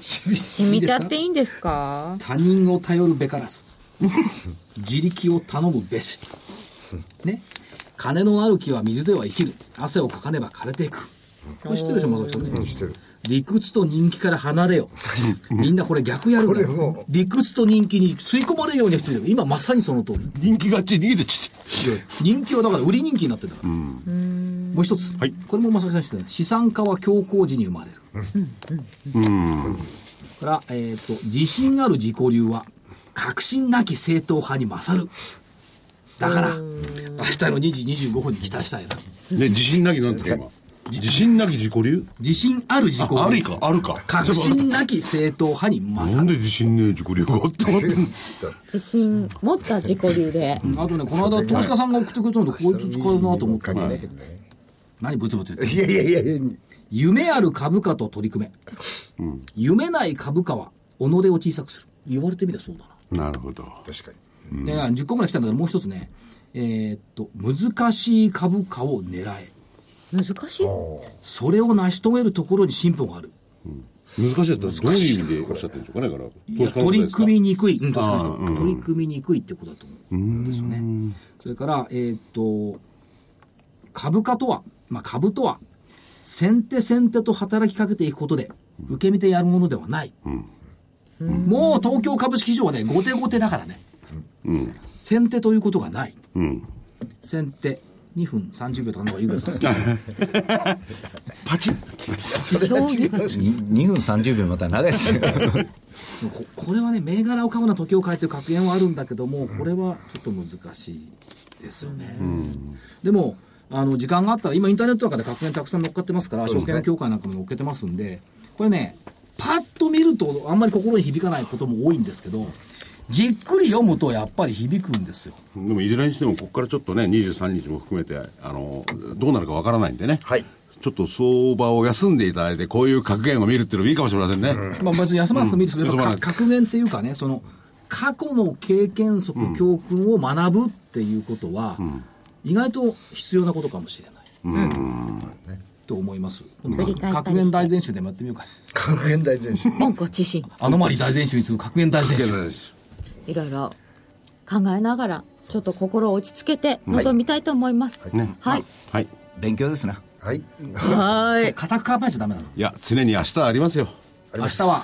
染み
染みちゃって
いい
いいんですか
ですか他人を頼るべからず。 自力を頼むべし。ね。金のある木は水では生きる。汗をかかねば枯れていく。これ知ってるでしょ、まさきさんね。
うん知ってる
理屈と人気から離れ よ。みんなこれ逆やるんだよ
も
理屈と人気に吸い込まれるようにしてる。今まさにその通り。
人気がち逃げてちって。
人気はだから売り人気になってるんだから。もう一つ。
はい
これもまさきさん知ってるね資産家は強行時に生まれる。それから、えっ、と、自信ある自己流は、確信なき正統派に勝る。だから、明日の2時25分に期待したいな。
ね、自信なきなんて今。自信なき自己流
自信ある自己流。
あるか、あるか。
確信なき正統派に
な
勝
ん
る。
で自信ねえ自己流がって思ってんの
自信持った自己流で
あとね、この間、投資家さんが送ってくれたので、こいつ使うなと思って。
関係ないけどね
何ブツブツ言って。
いやいやいやいや
夢ある株価と取り組め。夢ない株価は、己を小さくする。言われてみればそうだな。
なるほど。
確かに
で10個ぐらい来たんだけど、もう一つね。えーっと、難しい株価を狙え。
難しい
それを成し遂げるところに進歩がある。
難しいだったらどういう意味でおっしゃってるんでしょうかね、から。投資家の方
取
です
り
か
組みにくい。うん確かにそう取り組みにくいってことだと思うんですよね。それから、えーっと、株価とは、まあ、株とは、先手先手と働きかけていくことで、受け身でやるものではない。もう東京株式市場はね、後手後手だからね。先手ということがない。先手2分30秒とかなんか言うけどさ。
2分30秒また長いですよ。
ここれはね銘柄を買うな時を変えていう格言はあるんだけどもこれはちょっと難しいですよね、でもあの時間があったら今インターネットとかで格言たくさん載っかってますから証券協会なんかも載っけてますんでこれねパッと見るとあんまり心に響かないことも多いんですけどじっくり読むとやっぱり響くんですよ
でもいずれにしてもここからちょっとね23日も含めてあのどうなるかわからないんでね、
はい
ちょっと相場を休んでいただいてこういう格言を見るっていうのもいいかもしれませんね、
まあ別に休まなくてもいいですけど、
うん
やっぱ
休まない
格言っていうかね、その、過去の経験則、教訓を学ぶっていうことは、意外と必要なことかもしれない。と思います。格言大全集でもやってみようかね。
関係大全集
文庫自身
アノマリ大全集に次ぐ格言大全 集。
いろいろ考えながらちょっと心を落ち着けて臨みたいと思いますはい、
ね
はい
はい
勉強ですな。
はい
はい
固く構えちゃダメなの。
いや常に明日ありますよ
明日は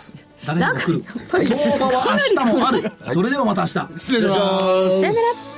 誰にも来る。相場は明日もある。それではまた明日。
失礼しま
さ
す
よなら